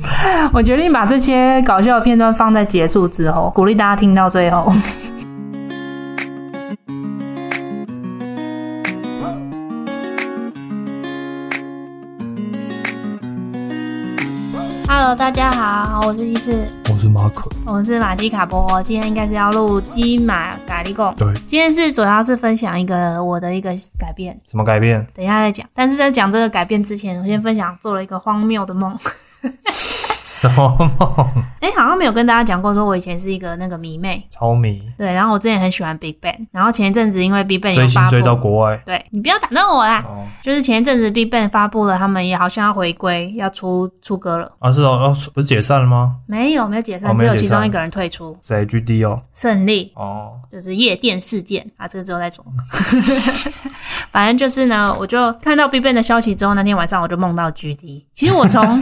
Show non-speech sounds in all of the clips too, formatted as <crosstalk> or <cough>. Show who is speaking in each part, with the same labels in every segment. Speaker 1: <laughs> 我决定把这些搞笑的片段放在结束之后，鼓励大家听到最后。Hello，大家好，我是一四，
Speaker 2: 我是马可，
Speaker 1: 我们是马基卡波，今天应该是要录鸡马咖喱贡。
Speaker 2: 对，
Speaker 1: 今天是主要是分享一个我的一个改变，
Speaker 2: 什么改变？
Speaker 1: 等一下再讲。但是在讲这个改变之前，我先分享做了一个荒谬的梦。
Speaker 2: 什么梦？
Speaker 1: 哎、好像没有跟大家讲过，说我以前是一个那个迷妹，
Speaker 2: 超迷，
Speaker 1: 对。然后我之前很喜欢 Big Bang，然后前一阵子因为 Big Bang 有
Speaker 2: 追星
Speaker 1: 发
Speaker 2: 追到
Speaker 1: 布，
Speaker 2: 国外。
Speaker 1: 对你不要打断我啦。
Speaker 2: 哦，
Speaker 1: 就是前一阵子 Big Bang 发布了，他们也好像要回归，要出出歌了。
Speaker 2: 啊是哦，哦不是解散了吗？
Speaker 1: 没有，没有解散，
Speaker 2: 哦
Speaker 1: 只
Speaker 2: 没有
Speaker 1: 有其
Speaker 2: 解散
Speaker 1: 中一个人退出，
Speaker 2: 是 HGD 哦。
Speaker 1: 胜利。
Speaker 2: 哦，
Speaker 1: 就是夜店事件啊，这个之后再说。 <laughs> 反正就是呢，我就看到 BigBang 的消息之后，那天晚上我就梦到 GD。其实我从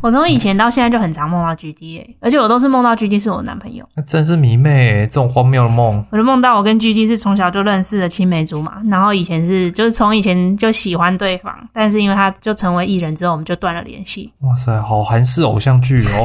Speaker 1: <laughs> 我从以前到现在就很常梦到 GD，、欸、而且我都是梦到 GD 是我男朋友，
Speaker 2: 那真是迷妹，欸这种荒谬的梦。
Speaker 1: 我就梦到我跟 GD 是从小就认识的青梅竹马，然后以前是就是从以前就喜欢对方，但是因为他就成为艺人之后，我们就断了联系。 <laughs>
Speaker 2: 哇塞，好韩式偶像剧 <laughs> 哦。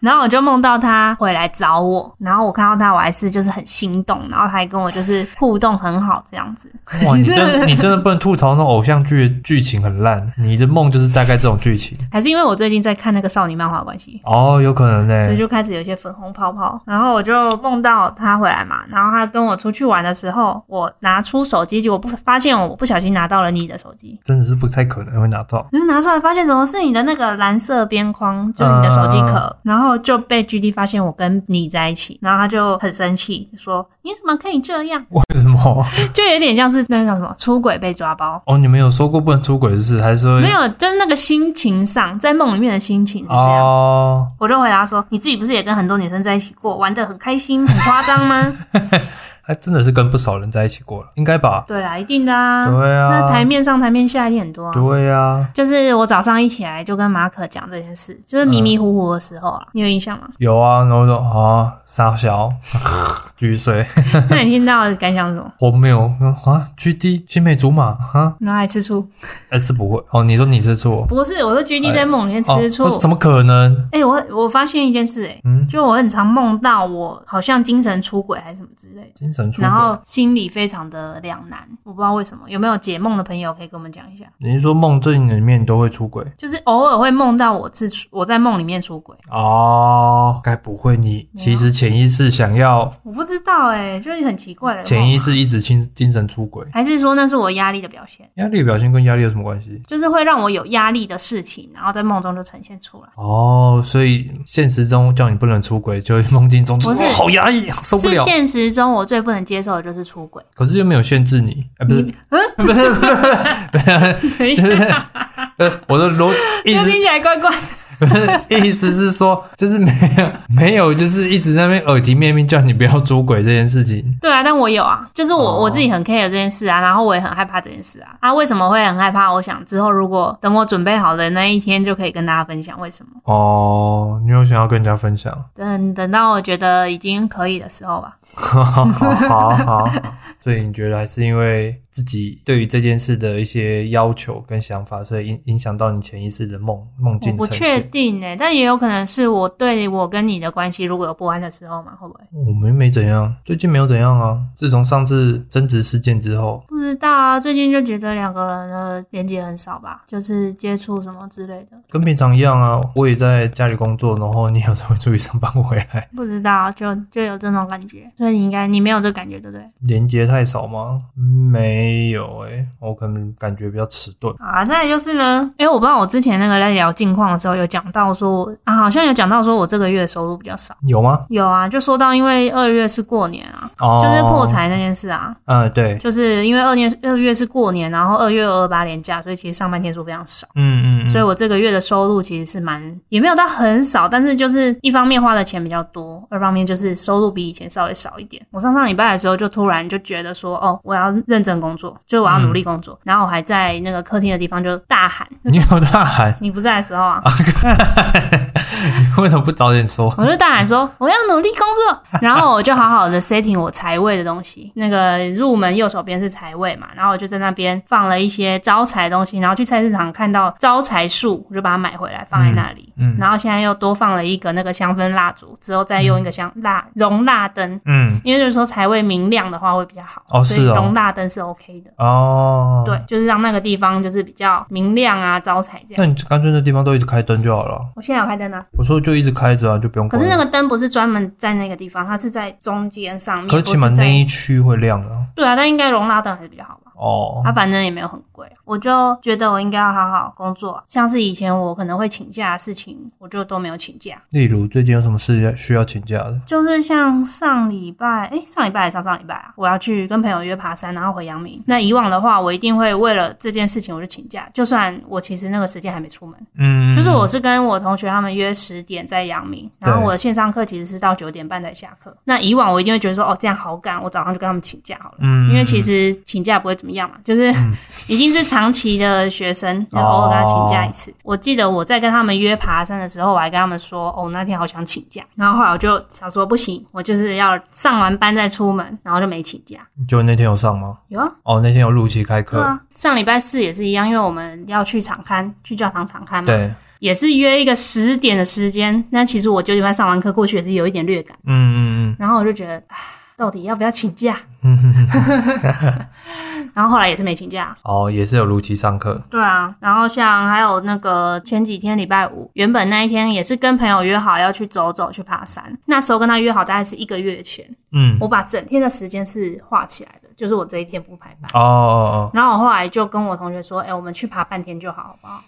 Speaker 1: 然后我就梦到他回来找我，然后我看到他，我还是就是很心动，然后他还跟我就是互动很好这样子。
Speaker 2: 哇，你真你真的不能吐槽那种偶像剧的剧情很烂，你的梦就是大概这种剧情。
Speaker 1: 还是因为我最近在看那个少女漫画的关系，
Speaker 2: 哦，有可能
Speaker 1: 所以
Speaker 2: 呢。
Speaker 1: 就开始有一些粉红泡泡。然后我就梦到他回来嘛，然后他跟我出去玩的时候，我拿出手机，结果不发现我不小心拿到了你的手机，
Speaker 2: 真的是不太可能会拿到。 <laughs>
Speaker 1: 就是拿出来发现怎么是你的那个蓝色边框，就是你的手机壳，
Speaker 2: 呃
Speaker 1: 然后就被 G D 发现我跟你在一起，然后他就很生气，说你怎么可以这样？
Speaker 2: 为什么？
Speaker 1: 就有点像是那叫什么出轨被抓包。
Speaker 2: 哦，你们有说过不能出轨是不是？还是说
Speaker 1: 没有，就是那个心情上，在梦里面的心情是这样。
Speaker 2: 哦？
Speaker 1: 我就回答说：“你自己不是也跟很多女生在一起过，玩的很开心，很夸张
Speaker 2: <laughs>
Speaker 1: 吗
Speaker 2: 还真的是跟不少人在一起过了，应该吧？”
Speaker 1: 对啦，一定的啊。
Speaker 2: 对啊
Speaker 1: 那台面上、台面下一定很多啊。
Speaker 2: 对呀、？
Speaker 1: 就是我早上一起来就跟马可讲这件事，就是迷迷糊糊的时候啊，你有印象吗
Speaker 2: 嗯
Speaker 1: <laughs>
Speaker 2: 有啊，然后说啊，傻小， <laughs> 继续睡，
Speaker 1: 那你听到的感想是什么？
Speaker 2: 我没有啊，G D 青梅竹马啊，
Speaker 1: 拿来吃醋？
Speaker 2: 哎是不会哦，你说你是错，
Speaker 1: 不是，我说 G D 在梦里面
Speaker 2: 哦
Speaker 1: 吃醋。
Speaker 2: 不是怎么可能？
Speaker 1: 哎、我我发现一件事、哎、
Speaker 2: 嗯
Speaker 1: 就我很常梦到我好像精神出轨还是什么之类的，
Speaker 2: 精神出轨
Speaker 1: 然？后心里非常的两难，我不知道为什么。有没有解梦的朋友可以跟我们讲一下？
Speaker 2: 你是说梦境里面都会出轨
Speaker 1: 就是偶尔会梦到我是出我在梦里面出轨，
Speaker 2: 哦？该不会你其实潜意识想要
Speaker 1: 我不知道哎、就是很奇怪的梦啊
Speaker 2: 潜意，识一直精精神出轨？
Speaker 1: 还是说那是我压力的表现，
Speaker 2: 压力的表现跟压力有什么关系？
Speaker 1: 就是会让我有压力的事情，然后在梦中就呈现出来。
Speaker 2: 哦，所以现实中叫你不能出轨，就梦境中
Speaker 1: 不是
Speaker 2: 哇好压抑，受不
Speaker 1: 是
Speaker 2: 了。
Speaker 1: 现实中我最不能接受的就是出轨。
Speaker 2: 可是又没有限制你，哎、不是，不是，不是，
Speaker 1: <laughs> 等一
Speaker 2: <laughs> 下呃，我的
Speaker 1: <laughs>
Speaker 2: 逻意
Speaker 1: 这
Speaker 2: 思
Speaker 1: 听起来怪怪。
Speaker 2: 意思是说，就是没有没有，就是一直在那边耳提面命叫你不要出轨这件事情。
Speaker 1: 对啊，但我有啊，就是我、
Speaker 2: 哦
Speaker 1: 我自己很 care 这件事啊，然后我也很害怕这件事啊。啊，为什么会很害怕？我想之后如果等我准备好的那一天，就可以跟大家分享为什么。
Speaker 2: 哦，你有想要跟人家分享？ <laughs>
Speaker 1: 等等到我觉得已经可以的时候吧。
Speaker 2: 好好好好，所以你觉得还是因为自己对于这件事的一些要求跟想法，所以影影响到你潜意识的梦梦
Speaker 1: 我
Speaker 2: 境
Speaker 1: 不
Speaker 2: 呈
Speaker 1: 确
Speaker 2: 现？
Speaker 1: 定哎、但也有可能是我对我跟你的关系如果有不安的时候嘛，会不会？
Speaker 2: 我们没怎样，最近没有怎样啊。自从上次争执事件之后，
Speaker 1: 不知道啊，最近就觉得两个人的连接很少吧，就是接触什么之类的，
Speaker 2: 跟平常一样啊，我也在家里工作，然后你有时候会出去上班回来，
Speaker 1: 不知道就就有这种感觉，所以你应该你没有这感觉对不对？
Speaker 2: 连接太少吗？没有诶、我可能感觉比较迟钝。
Speaker 1: 好啊，再来就是呢，因为我不知道我之前那个在聊近况的时候有讲到说啊，好像有讲到说我这个月收入比较少，
Speaker 2: 有吗？
Speaker 1: 有啊，就说到因为二月是过年啊，
Speaker 2: 哦，
Speaker 1: 就是破。财那件事啊，
Speaker 2: 嗯，对，
Speaker 1: 就是因为二年二月是过年，然后二月二八连假，所以其实上班天数非常少，
Speaker 2: 嗯嗯嗯，
Speaker 1: 所以我这个月的收入其实是蛮也没有到很少，但是就是一方面花的钱比较多，二方面就是收入比以前稍微少一点。我上上礼拜的时候就突然就觉得说，哦，我要认真工作，就是我要努力工作，然后我还
Speaker 2: <laughs>
Speaker 1: 在那个客厅的地方就大喊，
Speaker 2: 你有大喊
Speaker 1: 你不在的时候啊，
Speaker 2: 你为什么不早点说？
Speaker 1: 我就大喊说 <laughs> 我要努力工作，然后我就好好的 setting 我财位的东西。那个入门右手边是财位嘛，然后我就在那边放了一些招财东西，然后去菜市场看到招财树，我就把它买回来放在那里。
Speaker 2: 嗯嗯
Speaker 1: 然后现在又多放了一个那个香氛蜡烛，之后再用一个香蜡熔蜡灯，
Speaker 2: 嗯，
Speaker 1: 因为就是说财位明亮的话会比较好，
Speaker 2: 哦
Speaker 1: 所以
Speaker 2: 是哦
Speaker 1: 熔蜡灯是 OK 的。
Speaker 2: 哦，
Speaker 1: 对，，就是让那个地方就是比较明亮啊，招财这样。
Speaker 2: 那你干脆那地方都一直开灯就好了。
Speaker 1: 我现在有开灯啊，
Speaker 2: 我说就一直开着啊，就不用
Speaker 1: 可
Speaker 2: 关
Speaker 1: 是
Speaker 2: 了。
Speaker 1: 那个灯不是专门在那个地方，它是在中间上面。
Speaker 2: 可是起码
Speaker 1: 不是
Speaker 2: 那
Speaker 1: 在
Speaker 2: 一区会亮啊。
Speaker 1: 对啊，但应该容纳灯还是比较好吧。
Speaker 2: 哦
Speaker 1: 它、，反正也没有很贵，啊我就觉得我应该要好好工作。啊像是以前我可能会请假的事情，我就都没有请假。
Speaker 2: 例如最近有什么事需要请假的？
Speaker 1: 就是像上礼拜，诶，上礼拜还是上上礼拜啊，我要去跟朋友约爬山，然后回阳明。那以往的话，我一定会为了这件事情我就请假，就算我其实那个时间还没出门，
Speaker 2: 嗯，
Speaker 1: 就是我是跟我同学他们约十点在阳明，
Speaker 2: 对
Speaker 1: 然后我的线上课其实是到九点半才下课。那以往我一定会觉得说，哦，这样好赶，我早上就跟他们请假好了。
Speaker 2: 嗯，嗯，嗯
Speaker 1: 因为其实请假不会怎么样嘛，就是、 <laughs> 已经是长期的学生，
Speaker 2: 哦
Speaker 1: 然后偶尔跟他请假一次。我记得我在跟他们约爬山的时候，我还跟他们说，哦，那天好想请假，然后后来我就想说不行，我就是要上完班再出门，然后就没请假。
Speaker 2: 就那天有上吗？
Speaker 1: 有啊，
Speaker 2: 哦，那天有陆琪开
Speaker 1: 对
Speaker 2: 课，
Speaker 1: 啊，上礼拜四也是一样，因为我们要去场刊，去教堂场刊嘛，
Speaker 2: 对，
Speaker 1: 也是约一个十点的时间。那其实我九点半上完课过去也是有一点略赶，
Speaker 2: 嗯嗯
Speaker 1: 然后我就觉得， <sighs> 唉到底要不要请
Speaker 2: <laughs>
Speaker 1: 假？然后后来也是没请假
Speaker 2: 嗯，。哦，也是有陆琪上课，
Speaker 1: 对啊，然后像还有那个前几天礼拜五，原本那一天也是跟朋友约好要去走走去爬山，那时候跟他约好大概是一个月前，
Speaker 2: 嗯，
Speaker 1: 我把整天的时间是画起来的，就是我这一天不排班。
Speaker 2: 哦哦
Speaker 1: 然后我后来就跟我同学说，哎、我们去爬半天就好，好不好？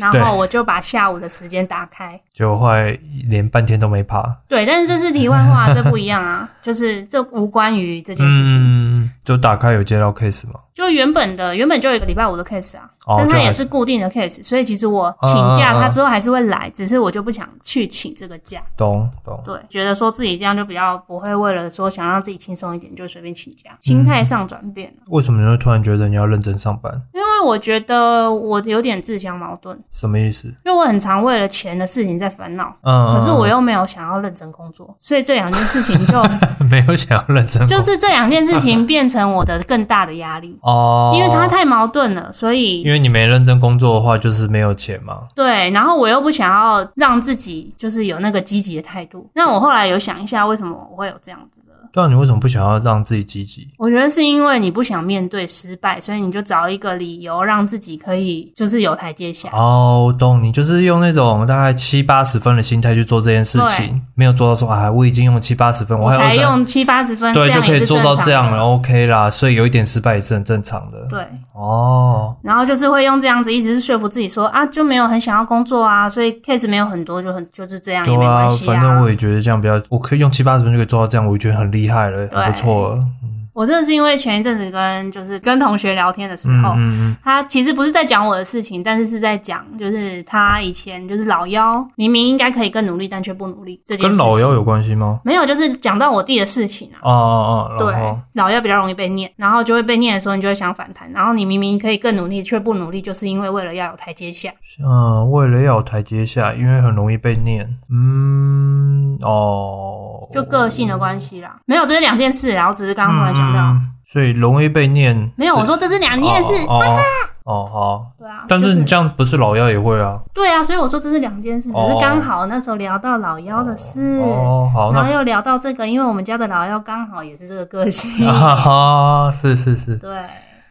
Speaker 1: 然后
Speaker 2: <laughs> 对
Speaker 1: 我就把下午的时间打开。
Speaker 2: 哦，就会连半天都没爬，
Speaker 1: 对，但是这是题外话，这不一样啊， <laughs> 就是这无关于这件事情。
Speaker 2: 嗯，就打开有接到 case 嘛，
Speaker 1: 就原本的原本就有一个礼拜五的 case 啊，
Speaker 2: 哦
Speaker 1: 但它
Speaker 2: 就
Speaker 1: 也
Speaker 2: 还
Speaker 1: 是固定的 case，所以其实我请假，
Speaker 2: 嗯嗯嗯
Speaker 1: 他之后还是会来，只是我就不想去请这个假。
Speaker 2: 懂懂，
Speaker 1: 对，觉得说自己这样就比较不会为了说想让自己轻松一点就随便请假，心态上转变了。
Speaker 2: 为什么你会突然觉得你要认真上班？
Speaker 1: 因为我觉得我有点自相矛盾，
Speaker 2: 什么意思？
Speaker 1: 因为我很常为了钱的事情在烦恼。
Speaker 2: 嗯，
Speaker 1: 可是我
Speaker 2: 又
Speaker 1: 又没有想要认真工作，所以这两件事情就 <laughs>
Speaker 2: 嗯 <laughs> 没有想要认真，
Speaker 1: 就是这两件事情变成我的更大的压力，
Speaker 2: 哦，
Speaker 1: 因为它太矛盾了，所以
Speaker 2: 因为你没认真工作的话，就是没有钱嘛，
Speaker 1: 对，然后我又不想要让自己就是有那个积极的态度。那我后来有想一下，为什么我会有这样子的？
Speaker 2: 对啊，你为什么不想要让自己积极？
Speaker 1: 我觉得是因为你不想面对失败，所以你就找一个理由让自己可以就是有台阶下。
Speaker 2: 哦，我懂你，就是用那种大概七八十分的心态去做这件事情，没有做到说啊，哦我已经用七八十分，
Speaker 1: 我
Speaker 2: 还有
Speaker 1: 才
Speaker 2: 二十
Speaker 1: 用七八十分，
Speaker 2: 对
Speaker 1: 这
Speaker 2: 就
Speaker 1: 样
Speaker 2: 可
Speaker 1: 也
Speaker 2: 以
Speaker 1: 是
Speaker 2: 做到这样
Speaker 1: 正
Speaker 2: 了，OK 啦，所以有一点失败也是很正常的。
Speaker 1: 常的。对，
Speaker 2: 哦，
Speaker 1: 然后就是会用这样子，一直是说服自己说啊，就没有很想要工作啊，所以 case 没有很多，就很就是这样也
Speaker 2: 对
Speaker 1: 没
Speaker 2: 啊
Speaker 1: 关，系
Speaker 2: 反正我也觉得这样比较，我可以用七八十分就可以做到这样，我觉得很厉害了，
Speaker 1: 对
Speaker 2: 很不错了。
Speaker 1: 我真的是因为前一阵子跟就是跟同学聊天的时
Speaker 2: 嗯
Speaker 1: 候，
Speaker 2: 嗯
Speaker 1: 他其实不是在讲我的事情，但是是在讲，就是他以前就是老幺，明明应该可以更努力，但却不努力这
Speaker 2: 嗯，
Speaker 1: 件
Speaker 2: 跟
Speaker 1: 事情。
Speaker 2: 老幺有关系吗？
Speaker 1: 没有，就是讲到我弟的事情啊。
Speaker 2: 哦哦哦，
Speaker 1: 对
Speaker 2: 然后，
Speaker 1: 老幺比较容易被念，然后就会被念的时候，你就会想反弹。然后你明明可以更努力，却不努力，就是因为为了要有台阶下。
Speaker 2: 嗯，为了要有台阶下，因为很容易被念，嗯，哦，
Speaker 1: 就个性的关系啦。没有，这是两件事，然后只是刚刚突然想到，
Speaker 2: 嗯，所以容易被念。
Speaker 1: 没有，我说这是两件事。
Speaker 2: 哦哦哦哦好，
Speaker 1: 对啊，
Speaker 2: 但
Speaker 1: 就是
Speaker 2: 你这样不是老妖也会啊。
Speaker 1: 对啊，所以我说这是两件事，只是刚好那时候聊到老幺的事。
Speaker 2: 哦，好，
Speaker 1: 嗯然
Speaker 2: 那
Speaker 1: 后又聊到这个，因为我们家的老幺刚好也是这个个
Speaker 2: <laughs>
Speaker 1: 性，
Speaker 2: 啊，是是是，
Speaker 1: 对，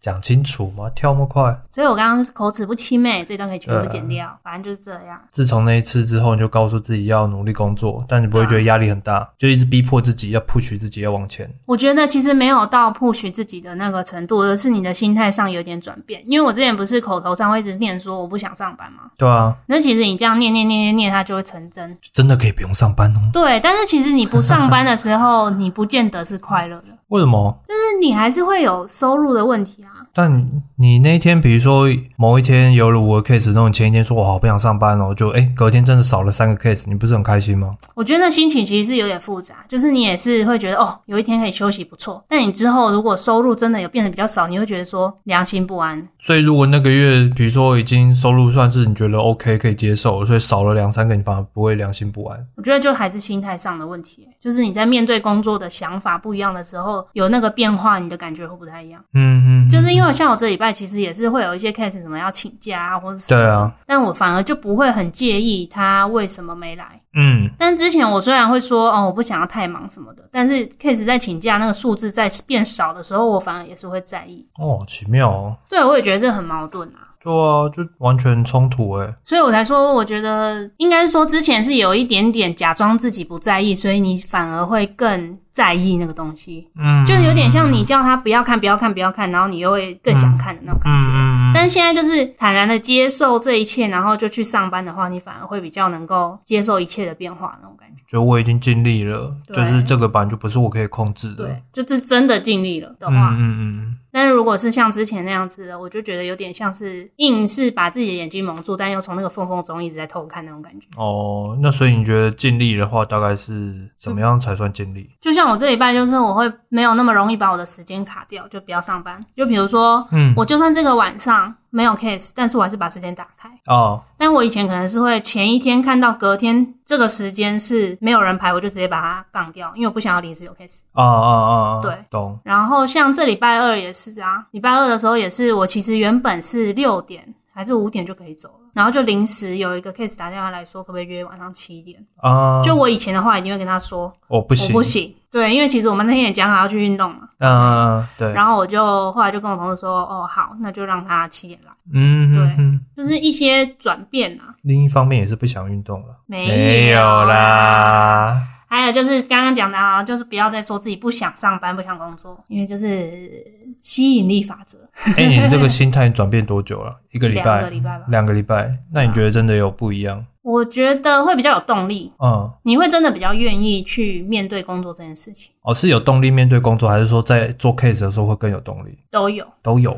Speaker 2: 讲清楚嘛，跳那么快。
Speaker 1: 所以我刚刚是口齿不清妹这段可以全部
Speaker 2: 对啊
Speaker 1: 剪掉，反正就是这样。
Speaker 2: 自从那一次之后，你就告诉自己要努力工作，但你不会觉得压力很大，就一直逼迫自己要 push 自己要往前。
Speaker 1: 我觉得其实没有到 push 自己的那个程度，而是你的心态上有点转变。因为我之前不是口头上会一直念说我不想上班吗？
Speaker 2: 对啊，
Speaker 1: 那其实你这样念念念念念，它就会成
Speaker 2: <laughs>
Speaker 1: 真。
Speaker 2: 真的可以不用上班哦。 <laughs>
Speaker 1: 对，但是其实你不上班的时候，你不见得是快乐的。
Speaker 2: 为什么？
Speaker 1: 但你还是会有收入的问题啊。
Speaker 2: 但你那一天，比如说某一天有了五个 case，那种前一天说“我好不想上班哦”，就哎、隔天真的少了三个 case，你不是很开心吗？
Speaker 1: 我觉得那心情其实是有点复杂，就是你也是会觉得哦，有一天可以休息不错，但你之后如果收入真的有变得比较少，你会觉得说良心不安。
Speaker 2: 所以如果那个月，比如说已经收入算是你觉得 OK 可以接受，所以少了两三个，你反而不会良心不安。
Speaker 1: 我觉得就还是心态上的问题，欸就是你在面对工作的想法不一样的时候，有那个变化，你的感觉会不太一样。
Speaker 2: 嗯嗯，
Speaker 1: 就是因为像我这礼拜其实也是会有一些 case 什么要请假啊，或者是
Speaker 2: 对啊，
Speaker 1: 但我反而就不会很介意他为什么没来。
Speaker 2: 嗯，
Speaker 1: 但之前我虽然会说哦，我不想要太忙什么的，但是 case 在请假那个数字在变少的时候，我反而也是会在意。
Speaker 2: 哦，奇妙哦，
Speaker 1: 对，我也觉得这很矛盾啊。
Speaker 2: 对啊，就完全冲突哎、
Speaker 1: 所以我才说，我觉得应该说之前是有一点点假装自己不在意，所以你反而会更在意那个东西，
Speaker 2: 嗯，
Speaker 1: 就有点像你叫他不要看、不要看、不要看，然后你又会更想看的那种感觉。
Speaker 2: 嗯嗯嗯，
Speaker 1: 但现在就是坦然的接受这一切，然后就去上班的话，你反而会比较能够接受一切的变化那种感觉。
Speaker 2: 就我已经尽力了，
Speaker 1: 对
Speaker 2: 就是这个版就不是我可以控制的。
Speaker 1: 对，就是真的尽力了的话，
Speaker 2: 嗯嗯
Speaker 1: 但是如果是像之前那样子的，我就觉得有点像是硬是把自己的眼睛蒙住，但又从那个缝缝中一直在偷看那种感觉。
Speaker 2: 嗯，哦，那所以你觉得尽力的话，大概是怎么样才算尽力？
Speaker 1: 就像我这礼拜，就是我会没有那么容易把我的时间卡掉，就不要上班。就比如说，
Speaker 2: 嗯，
Speaker 1: 我就算这个晚上没有 case，但是我还是把时间打开。
Speaker 2: 哦，
Speaker 1: 但我以前可能是会前一天看到隔天这个时间是没有人排，我就直接把它杠掉，因为我不想要临时有 case。
Speaker 2: 啊啊啊！啊
Speaker 1: 对，
Speaker 2: 懂。
Speaker 1: 然后像这礼拜二也是啊，礼拜二的时候也是，我其实原本是六点还是五点就可以走了，然后就临时有一个 case 打电话来说，可不可以约晚上七点？
Speaker 2: 啊，
Speaker 1: 就我以前的话，一定会跟他说
Speaker 2: 我不行，
Speaker 1: 我不行，对，因为其实我们那天也讲好要去运动嘛，
Speaker 2: 嗯，嗯，对，
Speaker 1: 然后我就后来就跟我同事说，哦，好，那就让他七点来，
Speaker 2: 嗯哼哼，
Speaker 1: 就是一些转变啊，
Speaker 2: 另一方面也是不想运动了，
Speaker 1: 没
Speaker 2: 没有
Speaker 1: 有。
Speaker 2: 啦，
Speaker 1: 还有就是刚刚讲的啊，就是不要再说自己不想上班、不想工作，因为就是吸引力法则，
Speaker 2: 哎，你这个心态转变多久了？一个礼
Speaker 1: 两个
Speaker 2: 拜，
Speaker 1: 礼拜吧。嗯
Speaker 2: 两个礼拜，那你觉得真的有不一样？
Speaker 1: 我觉得会比较有动力，
Speaker 2: 嗯，
Speaker 1: 你会真的比较愿意去面对工作这件事情，
Speaker 2: 哦，是有动力面对工作，还是说在做 case 的时候会更有动力？
Speaker 1: 都有。
Speaker 2: 都有。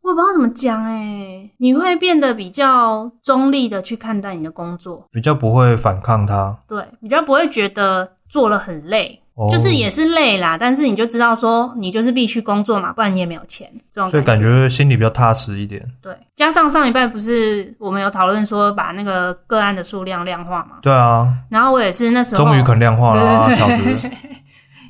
Speaker 1: 我也不知道怎么讲哎、你会变得比较中立的去看待你的工作，
Speaker 2: 比较不会反抗它，
Speaker 1: 对，比较不会觉得做了很累，
Speaker 2: 哦
Speaker 1: 就是也是累啦，但是你就知道说你就是必须工作嘛，不然你也没有钱这种
Speaker 2: 所以
Speaker 1: 感
Speaker 2: 感觉心里比较踏实一点。
Speaker 1: 对，加上上礼拜不是我们有讨论说把那个个案的数量量化嘛，
Speaker 2: 对啊，
Speaker 1: 然后我也是那时候
Speaker 2: 终于肯量化了啊，小
Speaker 1: <laughs>
Speaker 2: 子！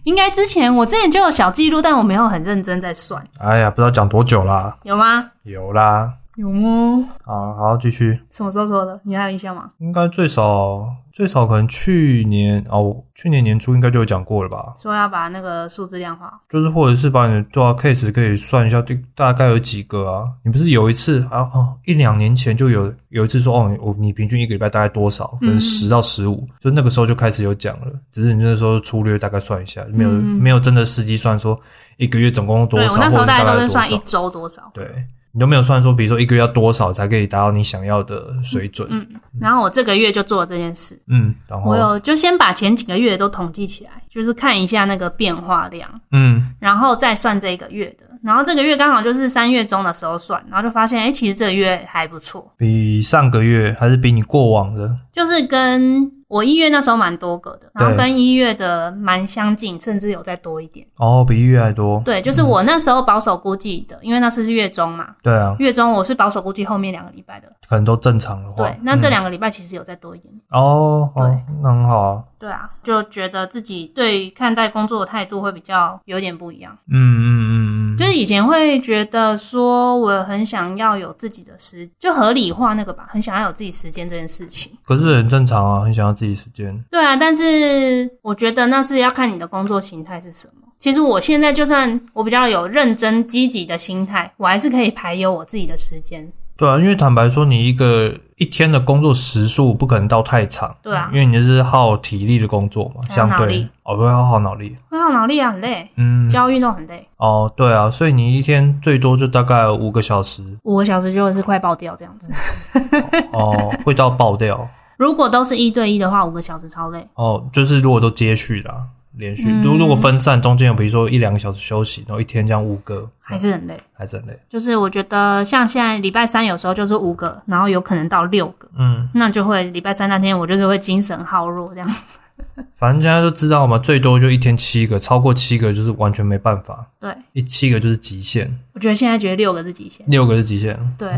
Speaker 1: 应该之前我之前就有小记录，但我没有很认真在算，
Speaker 2: 哎呀，不知道讲多久啦，
Speaker 1: 有吗？
Speaker 2: 有啦，
Speaker 1: 有吗？
Speaker 2: 好好继续。
Speaker 1: 什么时候说的？你还有印象吗？
Speaker 2: 应该最少最少可能去年哦，去年年初应该就有讲过了吧？
Speaker 1: 说要把那个数字量化，
Speaker 2: 就是或者是把你的对啊 case 可以算一下，对，大概有几个啊？你不是有一次啊哦，一两年前就有有一次说哦，我你平均一个礼拜大概多少？可
Speaker 1: 嗯
Speaker 2: 能十到十五、就那个时候就开始有讲了，只是你那时候粗略大概算一下，没有、没有真的实际算说一个月总共多
Speaker 1: 嗯对
Speaker 2: 少，
Speaker 1: 我那时
Speaker 2: 或
Speaker 1: 候
Speaker 2: 者大
Speaker 1: 大
Speaker 2: 概
Speaker 1: 都
Speaker 2: 多
Speaker 1: 是算一
Speaker 2: 少，
Speaker 1: 周多少，
Speaker 2: 对。你都没有算说，比如说一个月要多少才可以达到你想要的水准？嗯，
Speaker 1: 然后我这个月就做了这件
Speaker 2: 哦
Speaker 1: 事，
Speaker 2: 然后
Speaker 1: 我有就先把前几个月都统计起来，就是看一下那个变化量，
Speaker 2: 嗯，
Speaker 1: 然后再算这个月的，然后这个月刚好就是三月中的时候算，然后就发现，哎、其实这个月还不错，
Speaker 2: 比上个月还是比你过往的，
Speaker 1: 就是跟。我一月那时候蛮多个的，然后
Speaker 2: 对
Speaker 1: 跟一月的蛮相近，甚至有再多一点。
Speaker 2: 哦，比一月还多。
Speaker 1: 对，就是我那时候保守估计的，因为那次是月中嘛，
Speaker 2: 对啊，
Speaker 1: 月中我是保守估计后面两个礼拜的，
Speaker 2: 可能都正常的话，
Speaker 1: 对，那这两个礼拜其实有再多一点。
Speaker 2: 哦哦，那很好啊。
Speaker 1: 对啊，就觉得自己对看待工作的态度会比较有点不一样。
Speaker 2: 嗯嗯嗯嗯，
Speaker 1: 就是以前会觉得说，我很想要有自己的时，就合理化那个吧，很想要有自己时间这件事情。
Speaker 2: 可是很正常啊，很想要自己时间。
Speaker 1: 对啊，但是我觉得那是要看你的工作形态是什么。其实我现在就算我比较有认真积极的心态，我还是可以排有我自己的时间。
Speaker 2: 对啊，因为坦白说，你一个一天的工作时数不可能到太长，
Speaker 1: 对啊
Speaker 2: 因为你是耗体力的工作嘛，
Speaker 1: 还有
Speaker 2: 相
Speaker 1: 脑
Speaker 2: 对
Speaker 1: 力
Speaker 2: 哦，不要耗脑力。
Speaker 1: 会耗脑力啊，很累，
Speaker 2: 嗯，
Speaker 1: 教运动很累，
Speaker 2: 哦，对啊，所以你一天最多就大概五个小时，
Speaker 1: 五个小时就是快爆掉这样 <laughs> 子。
Speaker 2: 哦， <laughs> 会到爆掉。
Speaker 1: 如果都是一对一的话，五个小时超累。
Speaker 2: 哦，就是如果都接续的啊、连续。
Speaker 1: 嗯
Speaker 2: 如、如果分散，中间有比如说一两个小时休息，然后一天这样五个，
Speaker 1: 还是很累。
Speaker 2: 还是很累。
Speaker 1: 就是我觉得像现在礼拜三有时候就是五个，然后有可能到六个，
Speaker 2: 嗯，
Speaker 1: 那就会礼拜三那天我就是会精神耗弱这样。 <laughs>
Speaker 2: 反正大家都知道嘛，最多就一天七个，超过七个就是完全没办法，
Speaker 1: 对，
Speaker 2: 一七个就是极限，
Speaker 1: 我觉得现在觉得六个是极限，
Speaker 2: 六个是极限。
Speaker 1: 对，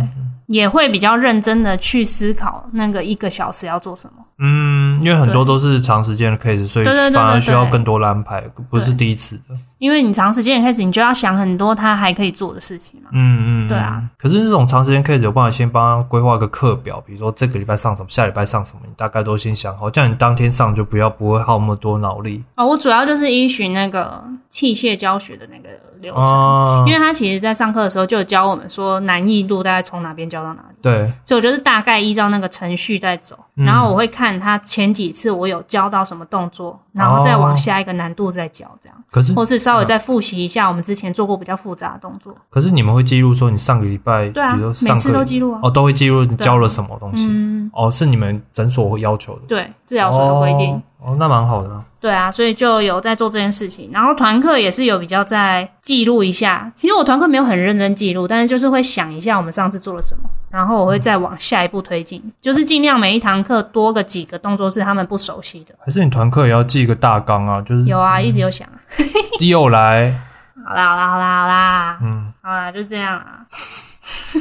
Speaker 1: 也会比较认真的去思考那个一个小时要做什么。
Speaker 2: 嗯，因为很多都是长时间的 case，所以
Speaker 1: 对对对对
Speaker 2: 反而需要
Speaker 1: 对啊
Speaker 2: 更多的安排，不是第一次的。
Speaker 1: 因为你长时间也开始，你就要想很多他还可以做的事情嘛。
Speaker 2: 嗯嗯，
Speaker 1: 对啊。
Speaker 2: 可是这种长时间 case 有办法先帮他规划个课表，比如说这个礼拜上什么，下礼拜上什么，你大概都先想好，这样你当天上就不要不会耗那么多脑力
Speaker 1: 哦，我主要就是依循那个器械教学的那个流程，
Speaker 2: 啊
Speaker 1: 因。为他其实在上课的时候就有教我们说难易度大概从哪边教到哪里，
Speaker 2: 对，
Speaker 1: 所以我就是大概依照那个程序在走，然后我会看他前几次我有教到什么动作，然后再往下一个难度再教这样，
Speaker 2: 可是
Speaker 1: 或是稍微再复习一下我们之前做过比较复杂的动作。
Speaker 2: 可是你们会记录说你上个礼拜，
Speaker 1: 对啊，
Speaker 2: 比如说
Speaker 1: 每
Speaker 2: 上
Speaker 1: 次都
Speaker 2: 课
Speaker 1: 记录啊。
Speaker 2: 哦，都会记录你教了什么东西。
Speaker 1: 嗯，
Speaker 2: 哦，是你们诊所会要求的。
Speaker 1: 对，治疗所的规定。
Speaker 2: 哦，哦那蛮好的啊。
Speaker 1: 对啊，所以就有在做这件事情，然后团课也是有比较在记录一下。其实我团课没有很认真记录，但是就是会想一下我们上次做了什么，然后我会再往下一步推
Speaker 2: 嗯
Speaker 1: 进，就是尽量每一堂课多个几个动作是他们不熟悉的。
Speaker 2: 还是你团课也要记一个大纲啊，就是
Speaker 1: 有啊，一直有想啊。
Speaker 2: 又来
Speaker 1: 好啦，好啦，好啦，好啦，嗯，好啦，就这样啊。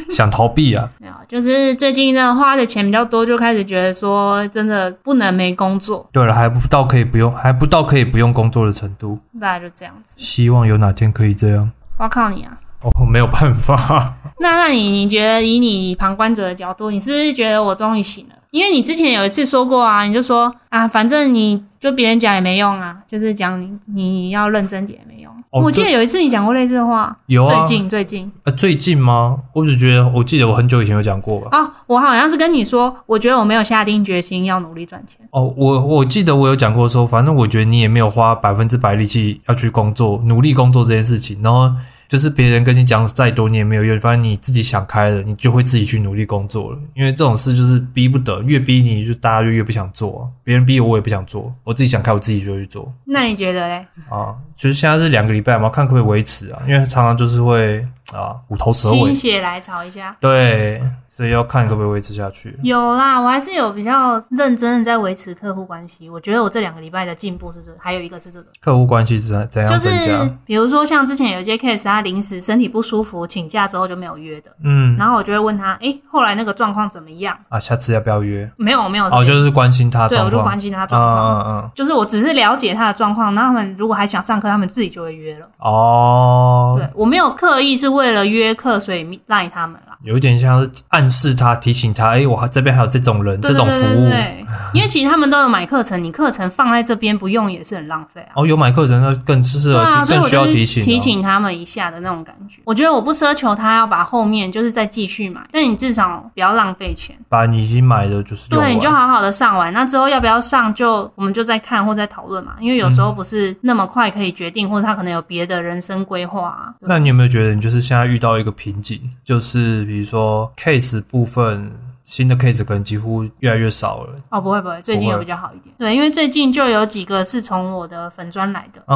Speaker 2: 想逃避啊，
Speaker 1: 没有，就是最近呢花的钱比较多，就开始觉得说真的不能没工作，
Speaker 2: 对了，还不到可以不用，还不到可以不用工作的程度。
Speaker 1: 大概就这样子。
Speaker 2: 希望有哪天可以这样。
Speaker 1: 我靠你啊！
Speaker 2: 哦，没有办法，
Speaker 1: 那那你你觉得以你旁观者的角度，你是不是觉得我终于醒了？因为你之前有一次说过啊，你就说啊，反正你就别人讲也没用啊，就是讲你你要认真点也没用。
Speaker 2: 哦
Speaker 1: 我记得有一次你讲过类似的话，
Speaker 2: 有啊
Speaker 1: 最，近最近
Speaker 2: 呃，最近吗？我只觉得，我记得我很久以前有讲过吧。
Speaker 1: 啊，我好像是跟你说，我觉得我没有下定决心要努力赚钱。
Speaker 2: 哦，我我记得我有讲过说，反正我觉得你也没有花百分之百力气要去工作，努力工作这件事情，然后就是别人跟你讲再多，你也没有用，反正你自己想开了，你就会自己去努力工作了。因为这种事就是逼不得，越逼你就大家就越不想做、啊，别人逼我我也不想做，我自己想开我自己就会去做
Speaker 1: 那你觉得嘞？
Speaker 2: 啊。就是现在是两个礼拜嘛，看可不可以维持啊，因为常常就是会啊虎头蛇
Speaker 1: 心
Speaker 2: 尾，
Speaker 1: 血来潮一下。
Speaker 2: 对，所以要看可不可以维持下去。
Speaker 1: 有啦，我还是有比较认真的在维持客户关系。我觉得我这两个礼拜的进步是这个，还有一个是这个。
Speaker 2: 客户关系怎样怎样
Speaker 1: 就
Speaker 2: 增加？
Speaker 1: 是比如说像之前有一些 case，他临时身体不舒服请假之后就没有约的，
Speaker 2: 嗯
Speaker 1: 然后我就会问他，诶，后来那个状况怎么样？
Speaker 2: 啊，下次要不要约？
Speaker 1: 没有，没有，
Speaker 2: 哦，就是关心他
Speaker 1: 对，我
Speaker 2: 状
Speaker 1: 就
Speaker 2: 况。
Speaker 1: 关心他
Speaker 2: 嗯
Speaker 1: 状况。
Speaker 2: 嗯嗯，
Speaker 1: 就是我只是了解他的状况，那他们如果还想上课，他们自己就会约了。
Speaker 2: 哦，
Speaker 1: 对我没有刻意是为了约课，所以赖他们啦。
Speaker 2: 有一点像是暗示他、提醒他，哎，我还这边还有这种人、
Speaker 1: 对
Speaker 2: 这种
Speaker 1: 对
Speaker 2: 服
Speaker 1: 对对
Speaker 2: 务。
Speaker 1: 对，因为其实他们都有买课程，你课程放在这边不用也是很浪费啊。
Speaker 2: 哦，有买课程那更适合、
Speaker 1: 啊，所以
Speaker 2: 更
Speaker 1: 我
Speaker 2: 需要
Speaker 1: 就是
Speaker 2: 提醒、
Speaker 1: 提。醒他们一下的那种感觉。我觉得我不奢求他要把后面就是再继续买，但你至少不要浪费钱。
Speaker 2: 把你已经买的就是用
Speaker 1: 对，你就
Speaker 2: 完
Speaker 1: 好好的上完，那之后要不要上就我们就再看或再讨论嘛，因为有时候不是那么快可以决定，或者他可能有别的人生规划啊。
Speaker 2: 那你有没有觉得你就是现在遇到一个瓶颈？就是比如说 case 部分，新的 case 可能几乎越来越少了。
Speaker 1: 哦，不会不会，最近
Speaker 2: 不会
Speaker 1: 有比较好一
Speaker 2: 嗯
Speaker 1: 点。对，因为最近就有几个是从我的粉砖来的，对，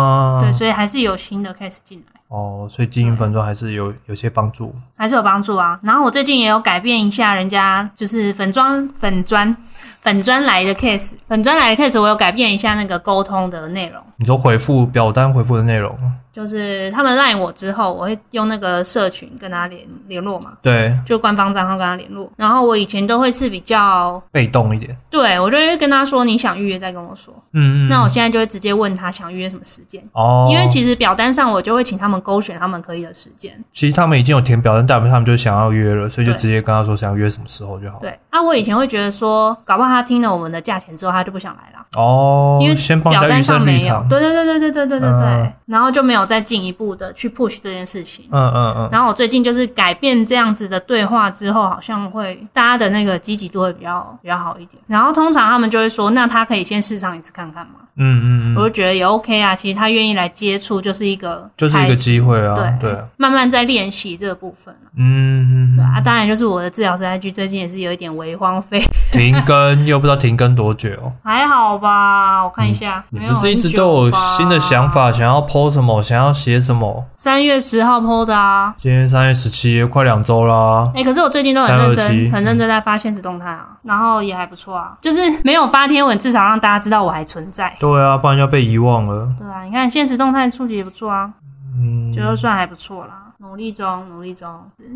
Speaker 2: 嗯，
Speaker 1: 所以还是有新的 case 进来，
Speaker 2: 哦，所以经营粉妆还是有有些帮助。
Speaker 1: 还是有帮助啊。然后我最近也有改变一下人家就是粉砖粉砖粉砖来的 case，粉砖来的 case 我有改变一下那个沟通的内容。
Speaker 2: 你说回复表单回复的内容，
Speaker 1: 就是他们赖我之后，我会用那个社群跟他联联络嘛，
Speaker 2: 对，
Speaker 1: 就官方账号跟他联络。然后我以前都会是比较，
Speaker 2: 被动一点。
Speaker 1: 对我就会跟他说你想预约再跟我说。
Speaker 2: 嗯嗯。
Speaker 1: 那我现在就会直接问他想预约什么时间，
Speaker 2: 哦，
Speaker 1: 因为其实表单上我就会请他们勾选他们可以的时间。
Speaker 2: 其实他们已经有填表单，但他们就想要约了，所以就
Speaker 1: 对
Speaker 2: 直接跟他说想约什么时候就好。
Speaker 1: 对，那、我以前会觉得说，搞不好他听了我们的价钱之后，他就不想来了。
Speaker 2: 哦，
Speaker 1: 因为
Speaker 2: 先帮
Speaker 1: 表
Speaker 2: 人家
Speaker 1: 单
Speaker 2: 预
Speaker 1: 上
Speaker 2: 设立
Speaker 1: 没有
Speaker 2: 场，，
Speaker 1: 对对对对对对对对对。
Speaker 2: 嗯
Speaker 1: 然后就没有再进一步的去 push 这件事情。
Speaker 2: 嗯嗯嗯，
Speaker 1: 然后我最近就是改变这样子的对话之后，好像会大家的那个积极度会比较比较好一点。然后通常他们就会说，那他可以先试上一次看看嘛。
Speaker 2: 嗯嗯嗯，
Speaker 1: 我就觉得也 OK 啊，其实他愿意来接触就是一个
Speaker 2: 就是一
Speaker 1: 开
Speaker 2: 个
Speaker 1: 始
Speaker 2: 机会啊，
Speaker 1: 对
Speaker 2: 对啊，
Speaker 1: 慢慢在练习这个部分啊、对
Speaker 2: 嗯嗯嗯，
Speaker 1: 啊，当然就是我的治疗师 IG 最近也是有一点为荒废， <laughs>
Speaker 2: 停更又不知道停更多久。
Speaker 1: 还好吧？我看一下，
Speaker 2: 嗯你
Speaker 1: 没
Speaker 2: 不
Speaker 1: 有
Speaker 2: 是一直
Speaker 1: 很久
Speaker 2: 都有
Speaker 1: 吧
Speaker 2: 新的想法，想要 PO 什么，想要写什么？
Speaker 1: 三月十号 PO 的啊。
Speaker 2: 今天三月十七，快两周啦。
Speaker 1: 哎、可是我最近都很认真，
Speaker 2: 327
Speaker 1: 很认真在发现实动态啊，然后也还不错啊，就是没有发天文，至少让大家知道我还存在。
Speaker 2: 对啊，不然要被遗忘了。
Speaker 1: 对啊，你看现实动态触及也不错啊，
Speaker 2: 嗯，
Speaker 1: 觉得算还不错啦，努力中，努力中。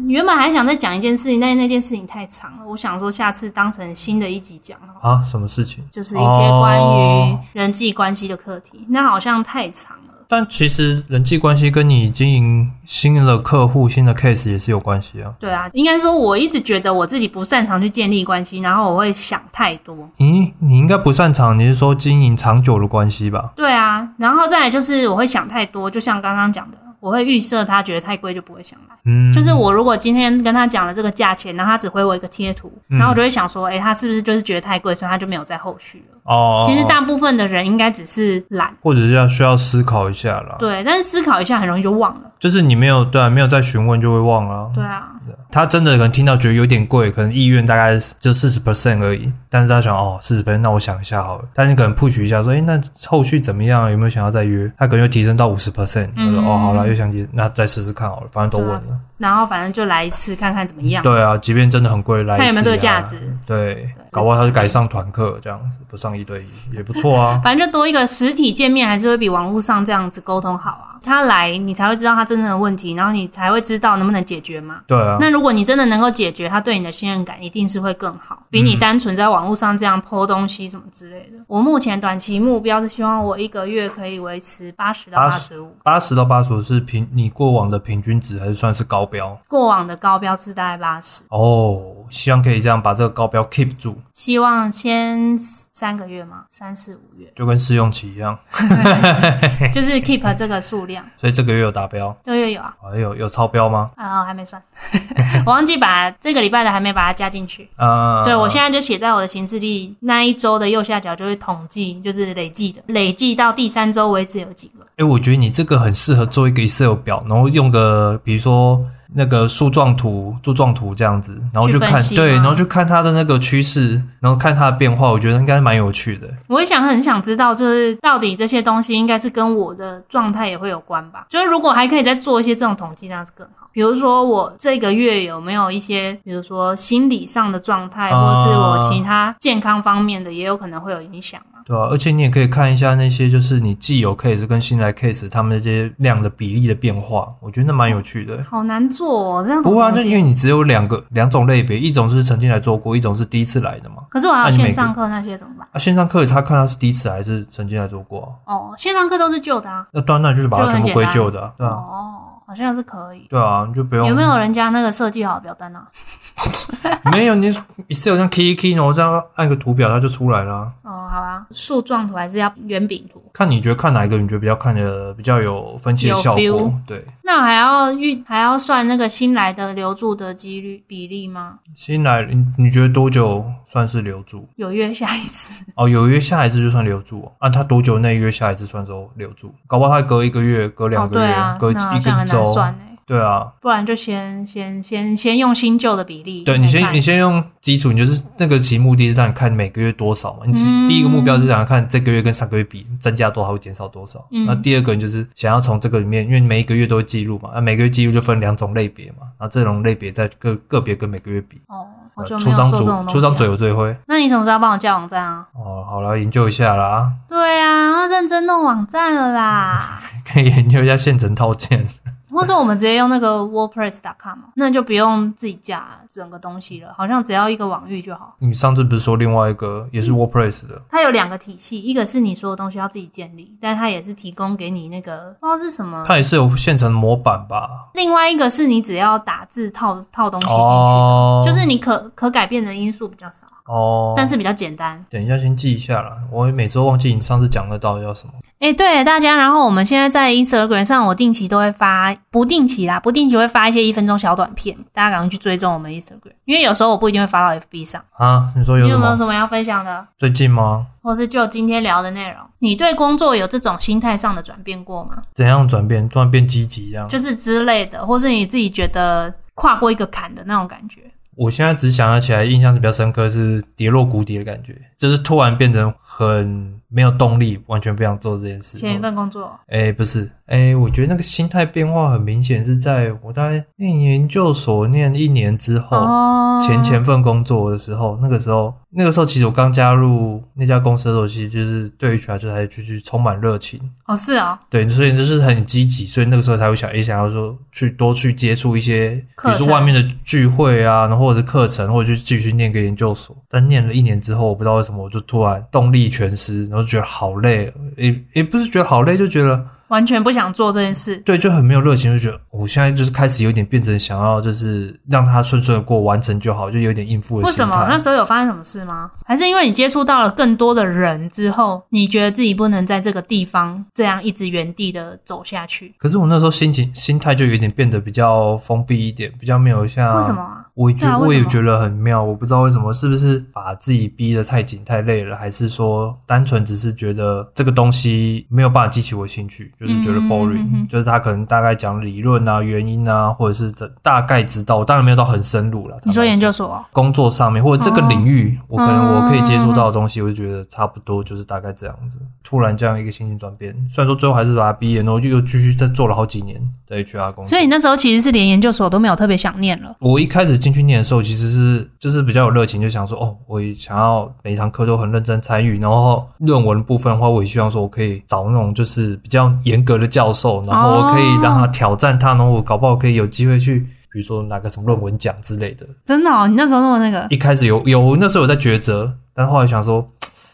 Speaker 1: 原本还想再讲一件事情，但是那件事情太长了，我想说下次当成新的一集讲好了
Speaker 2: 啊，什么事情？
Speaker 1: 就是一些关于
Speaker 2: 哦
Speaker 1: 人际关系的课题，那好像太长了。
Speaker 2: 但其实人际关系跟你经营新的客户、新的 case 也是有关系啊。
Speaker 1: 对啊，应该说我一直觉得我自己不擅长去建立关系，然后我会想太多。
Speaker 2: 你你应该不擅长，你是说经营长久的关系吧？
Speaker 1: 对啊，然后再来就是我会想太多，就像刚刚讲的，我会预设他觉得太贵就不会想来。
Speaker 2: 嗯，
Speaker 1: 就是我如果今天跟他讲了这个价钱，然后他只回我一个贴图，
Speaker 2: 嗯
Speaker 1: 然后我就会想说，诶、他是不是就是觉得太贵，所以他就没有在后续了？
Speaker 2: 哦，
Speaker 1: 其实
Speaker 2: 哦
Speaker 1: 大部分的人应该只是懒，
Speaker 2: 或者是要需要思考一下啦。
Speaker 1: 对，但是思考一下很容易就忘了。
Speaker 2: 就是你没有对、啊、没有再询问就会忘了、啊。
Speaker 1: 对啊，
Speaker 2: 他真的可能听到觉得有点贵，可能意愿大概就四十 percent 而已，但是他想哦四十 percent，那我想一下好了。但你可能 push 一下说，诶，那后续怎么样？有没有想要再约？他可能又提升到五十 percent，
Speaker 1: 嗯啊
Speaker 2: 说哦好了，又想起那再试试看好了，反正都问了。
Speaker 1: 然后反正就来一次看看怎么样，
Speaker 2: 对啊，即便真的很贵，来一次啊
Speaker 1: 看有没有这个价。值。
Speaker 2: 对，搞不好他就改上团课这样子，不上一对一也不
Speaker 1: <laughs>
Speaker 2: 错啊。
Speaker 1: 反正就多一个实体见面，还是会比网络上这样子沟通好啊。他来，你才会知道他真正的问题，然后你才会知道能不能解决嘛。
Speaker 2: 对啊，
Speaker 1: 那如果你真的能够解决，他对你的信任感一定是会更好，比你单纯在网络上这样剖东西什么之类的。我目前短期目标是希望我一个月可以维持八十到八十五，
Speaker 2: 八十到八十五是平你过往的平均值，还是算是高标
Speaker 1: 过往的高标是大概八十，
Speaker 2: 哦。希望可以这样把这个高标 keep 住，
Speaker 1: 希望先三个月嘛，三四五月，
Speaker 2: 就跟试用期一样。
Speaker 1: 就是 keep 这个数量，
Speaker 2: 所以这个月有达标，
Speaker 1: 这个月有啊。
Speaker 2: 哎有有超标吗？
Speaker 1: 然后还没算， <laughs> 我忘记把这个礼拜的还没把它加进去。
Speaker 2: 呃，
Speaker 1: 对，我现在就写在我的行事历那一周的右下角，就会统计，就是累计的，累计到第三周为止有几个。
Speaker 2: 哎，我觉得你这个很适合做一个 Excel 表，然后用个比如说那个树状图、柱状图这样子，然后
Speaker 1: 去
Speaker 2: 就
Speaker 1: 分
Speaker 2: 看
Speaker 1: 析
Speaker 2: 对，
Speaker 1: 吗
Speaker 2: 然后就看它的那个趋势，然后看它的变化，我觉得应该蛮有趣的。
Speaker 1: 我也想很想知道，就是到底这些东西应该是跟我的状态也会有关吧？就是如果还可以再做一些这种统计，那样子更好。比如说我这个月有没有一些，比如说心理上的状态，或
Speaker 2: 啊
Speaker 1: 是我其他健康方面的，也有可能会有影响啊。
Speaker 2: 对啊，而且你也可以看一下那些就是你既有 case 跟新来 case 他们这些量的比例的变化，我觉得那蛮有趣的。
Speaker 1: 好难做、哦，这样怎
Speaker 2: <laughs> 不
Speaker 1: 么
Speaker 2: 过啊，
Speaker 1: 统
Speaker 2: 那
Speaker 1: 计
Speaker 2: 因为你只有两个两种类别，一种是曾经来做过，一种是第一次来的嘛。
Speaker 1: 可是我还有
Speaker 2: 啊那你每
Speaker 1: 线
Speaker 2: 个
Speaker 1: 上课那些怎么办？
Speaker 2: 啊，线上课他看他是第一次还是曾经来做过啊、
Speaker 1: 哦，线上课都是旧的啊。
Speaker 2: 那当然就是把它
Speaker 1: 就
Speaker 2: 全
Speaker 1: 很
Speaker 2: 部
Speaker 1: 简
Speaker 2: 归
Speaker 1: 单
Speaker 2: 咎的啊、对啊，
Speaker 1: 哦，好像是可以。
Speaker 2: 对啊，你就不用
Speaker 1: 有没有人家那个设计好的表单啊？
Speaker 2: 没有你 Excel 这样 key 一 key，然后这样按个图表，它就出来了啊。
Speaker 1: 哦，好啊，树状图还是要圆饼图？
Speaker 2: 看你觉得看哪一个，你觉得比较看的比较有分析的
Speaker 1: 有
Speaker 2: 效
Speaker 1: feel
Speaker 2: 果？对，
Speaker 1: 那还要预还要算那个新来的留住的几率比例吗？
Speaker 2: 新来你你觉得多久算是留住？
Speaker 1: 有约下一次，
Speaker 2: 哦，有约下一次就算留住哦。啊，他多久内约下一次算周留住？搞不好他隔一个月、隔两
Speaker 1: 哦，
Speaker 2: 个
Speaker 1: 对
Speaker 2: 月、
Speaker 1: 啊，
Speaker 2: 隔一
Speaker 1: 那好像
Speaker 2: 个
Speaker 1: 很
Speaker 2: 周
Speaker 1: 难，算哎，
Speaker 2: 对啊，
Speaker 1: 不然就先先先先用新旧的比例来
Speaker 2: 对
Speaker 1: 看。
Speaker 2: 你先你先用基础，你就是那个其目的是让你看每个月多少嘛。你只、
Speaker 1: 嗯
Speaker 2: 第一个目标是想要看这个月跟上个月比增加多少，会减少多少。
Speaker 1: 嗯
Speaker 2: 那第二个你就是想要从这个里面，因为每一个月都会记录嘛，那每个月记录就分两种类别嘛，然后这种类别在个个别跟每个月比。
Speaker 1: 哦，我
Speaker 2: 呃
Speaker 1: 就没
Speaker 2: 出
Speaker 1: 有
Speaker 2: 张
Speaker 1: 做
Speaker 2: 嘴
Speaker 1: 这种，
Speaker 2: 出张
Speaker 1: 东西
Speaker 2: 嘴
Speaker 1: 啊。
Speaker 2: 我最会。
Speaker 1: 那你什么时候要帮我架网站啊？
Speaker 2: 哦，好了，研究一下啦，
Speaker 1: 对啊，要认真弄网站了啦。
Speaker 2: 可以研究一下现成套件。
Speaker 1: 或者我们直接用那个 WordPress.com，嘛啊那就不用自己架整个东西了，好像只要一个网域就好。
Speaker 2: 你上次不是说另外一个也
Speaker 1: 嗯
Speaker 2: 是 WordPress 的？
Speaker 1: 它有两个体系，一个是你所有东西要自己建立，但它也是提供给你那个不知道是什么；
Speaker 2: 它也是有现成模板吧？
Speaker 1: 另外一个是你只要打字套套东西进去，
Speaker 2: 哦，
Speaker 1: 就是你可可改变的因素比较少，
Speaker 2: 哦，
Speaker 1: 但是比较简单。
Speaker 2: 等一下先记一下啦，我每次都忘记你上次讲的到底叫什么。
Speaker 1: 哎、对大家，然后我们现在在 Instagram 上，我定期都会发，不定期啦，不定期会发一些一分钟小短片，大家赶快去追踪我们 Instagram，因为有时候我不一定会发到 FB 上。
Speaker 2: 啊？你说有
Speaker 1: 你
Speaker 2: 什
Speaker 1: 有没
Speaker 2: 么
Speaker 1: 有什么要分享的，
Speaker 2: 最近吗？
Speaker 1: 或是就今天聊的内容？你对工作有这种心态上的转变过吗？
Speaker 2: 怎样转变？突然变积极这样？
Speaker 1: 就是之类的，或是你自己觉得跨过一个坎的那种感觉？
Speaker 2: 我现在只想得起来，印象是比较深刻，是跌落谷底的感觉，就是突然变成很没有动力，完全不想做这件事。
Speaker 1: 前一份工作，
Speaker 2: 哎、不是，哎、我觉得那个心态变化很明显，是在我大概念研究所念一年之后，
Speaker 1: 哦
Speaker 2: 前前份工作的时候，那个时候，那个时候其实我刚加入那家公司的时候，其实就是对 HR 就还就是充满热情，
Speaker 1: 哦是哦，
Speaker 2: 对，所以就是很积极，所以那个时候才会想，也想要说去多去接触一些，比如
Speaker 1: 课
Speaker 2: 说
Speaker 1: 程
Speaker 2: 外面的聚会啊，然后或者是课程，或者去继续念个研究所。但念了一年之后，我不知道为什么我就突然动力全失，然后就觉得好累，也也不是觉得好累，就觉得
Speaker 1: 完全不想做这件事。
Speaker 2: 对，就很没有热情，就觉得我现在就是开始有点变成想要就是让它顺顺的过，完成就好，就有点应付的
Speaker 1: 为
Speaker 2: 心
Speaker 1: 什
Speaker 2: 态
Speaker 1: 么。那时候有发生什么事吗？还是因为你接触到了更多的人之后，你觉得自己不能在这个地方这样一直原地的走下去？
Speaker 2: 可是我那时候心情心态就有点变得比较封闭一点，比较没有像
Speaker 1: 为什么啊？
Speaker 2: 我觉、
Speaker 1: 对啊为
Speaker 2: 我
Speaker 1: 什
Speaker 2: 也
Speaker 1: 么
Speaker 2: 觉得很妙，我不知道为什么，是不是把自己逼得太紧太累了，还是说单纯只是觉得这个东西没有办法激起我兴趣，就是觉得
Speaker 1: 嗯
Speaker 2: boring，、
Speaker 1: 嗯嗯嗯
Speaker 2: 就是他可能大概讲理论啊、原因啊，或者是这大概知道，我当然没有到很深入了。
Speaker 1: 你说
Speaker 2: 坦白
Speaker 1: 研究所
Speaker 2: 工作上面或者这个
Speaker 1: 哦
Speaker 2: 领域，我可能我可以接
Speaker 1: 嗯
Speaker 2: 触到的东西，我就觉得差不多就是大概这样子。突然这样一个心情转变，虽然说最后还是把它毕业，然后就又继续再做了好几年的 HR 工作。
Speaker 1: 所以你那时候其实是连研究所都没有特别想念了。
Speaker 2: 我一开始进去念的时候，其实是就是比较有热情，就想说哦，我也想要每一堂课都很认真参与，然后论文部分的话，我也希望说我可以找那种就是比较严格的教授，然后我可以让他挑战他，然后我搞不好可以有机会去，比如说拿个什么论文奖之类的。
Speaker 1: 真的哦，你那时候那么那个，
Speaker 2: 一开始有有那时候有在抉择，但后来想说，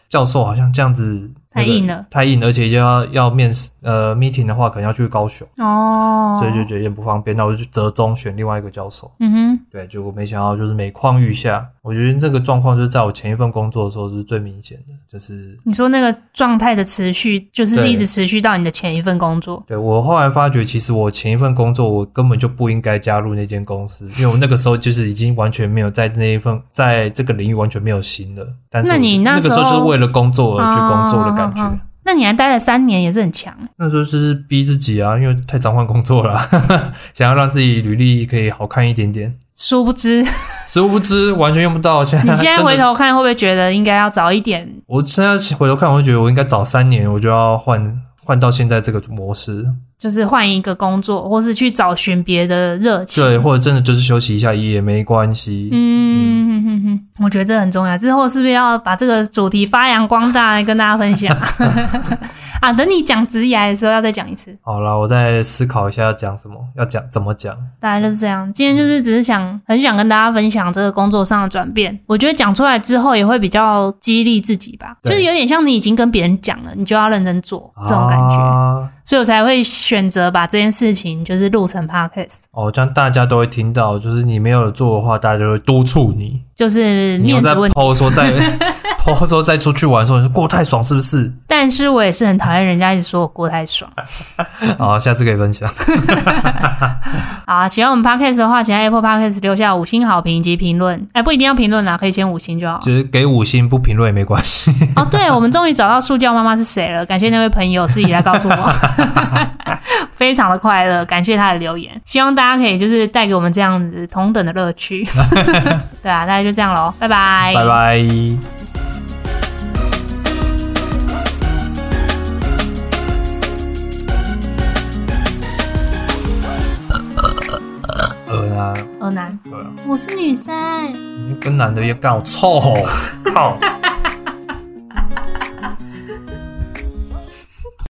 Speaker 2: 教授好像这样子
Speaker 1: 太硬了
Speaker 2: 那个太硬，而且要要面试呃 meeting 的话，可能要去高雄，
Speaker 1: 哦，
Speaker 2: 所以就觉得有点不方便，那我就去折中选另外一个教授。
Speaker 1: 嗯哼，
Speaker 2: 对，结果没想到就是每况愈下。我觉得这个状况就是在我前一份工作的时候是最明显的，就是
Speaker 1: 你说那个状态的持续，就是
Speaker 2: 对
Speaker 1: 一直持续到你的前一份工作。
Speaker 2: 对我后来发觉，其实我前一份工作我根本就不应该加入那间公司，因为我那个时候就是已经完全没有在那一份在这个领域完全没有心了。但是
Speaker 1: 那
Speaker 2: 我
Speaker 1: 你
Speaker 2: 就
Speaker 1: 那
Speaker 2: 那
Speaker 1: 时
Speaker 2: 个
Speaker 1: 候
Speaker 2: 时候就是为了工作而去工作的感
Speaker 1: 啊啊
Speaker 2: 觉。
Speaker 1: 啊那你还待了三年，也是很强。
Speaker 2: 那时候就是逼自己啊，因为太常换工作了， <laughs> 想要让自己履历可以好看一点点。
Speaker 1: 殊不
Speaker 2: <laughs>
Speaker 1: 知，
Speaker 2: 殊不知完全用不到，现在
Speaker 1: 你现在
Speaker 2: 真的
Speaker 1: 回头看，会不会觉得应该要早一点？
Speaker 2: 我现在回头看，我就觉得我应该早三年，我就要换换到现在这个模式，
Speaker 1: 就是换一个工作，或是去找寻别的热情。
Speaker 2: 对，或者真的就是休息一下也没关系。
Speaker 1: 嗯，嗯嗯嗯我觉得这很重要。之后是不是要把这个主题发扬光大，来跟大家分享？ <laughs> 啊，等你讲职涯的时候要再讲一次。
Speaker 2: 好啦，我再思考一下要讲什么，要讲怎么讲。
Speaker 1: 大概就是这样。今天就是只是想很想跟大家分享这个工作上的转变，我觉得讲出来之后也会比较激励自己吧，就
Speaker 2: 对
Speaker 1: 是有点像你已经跟别人讲了，你就要认真做这种感觉，
Speaker 2: 啊、
Speaker 1: 所以我才会选择把这件事情就是录成 podcast，
Speaker 2: 哦，这样大家都会听到，就是你没有做的话，大家就会督促你。
Speaker 1: 就是
Speaker 2: 你又
Speaker 1: 面
Speaker 2: 在
Speaker 1: 子问题。
Speaker 2: 抛
Speaker 1: <laughs>
Speaker 2: 说在抛说在出去玩的时候，你说过得太爽是不是？
Speaker 1: 但是我也是很讨厌人家一直说我过太爽。
Speaker 2: 好，下次可以分享。
Speaker 1: 好啊，喜欢我们 podcast 的话，请在 Apple Podcast 留下五星好评及评论。哎，不一定要评论啦，可以先五星就好。
Speaker 2: 只是给五星不评论也没关系。
Speaker 1: 哦，对，我们终于找到塑胶妈妈是谁了，感谢那位朋友自己来告诉我， <laughs> 非常的快乐，感谢他的留言，希望大家可以就是带给我们这样子同等的乐
Speaker 2: <laughs>
Speaker 1: 趣。对啊，大家就这样喽，拜拜，
Speaker 2: 拜拜。呃啊，
Speaker 1: 柯南，
Speaker 2: 对啊，
Speaker 1: 我是女生。
Speaker 2: 跟男的要干，我臭哦，靠！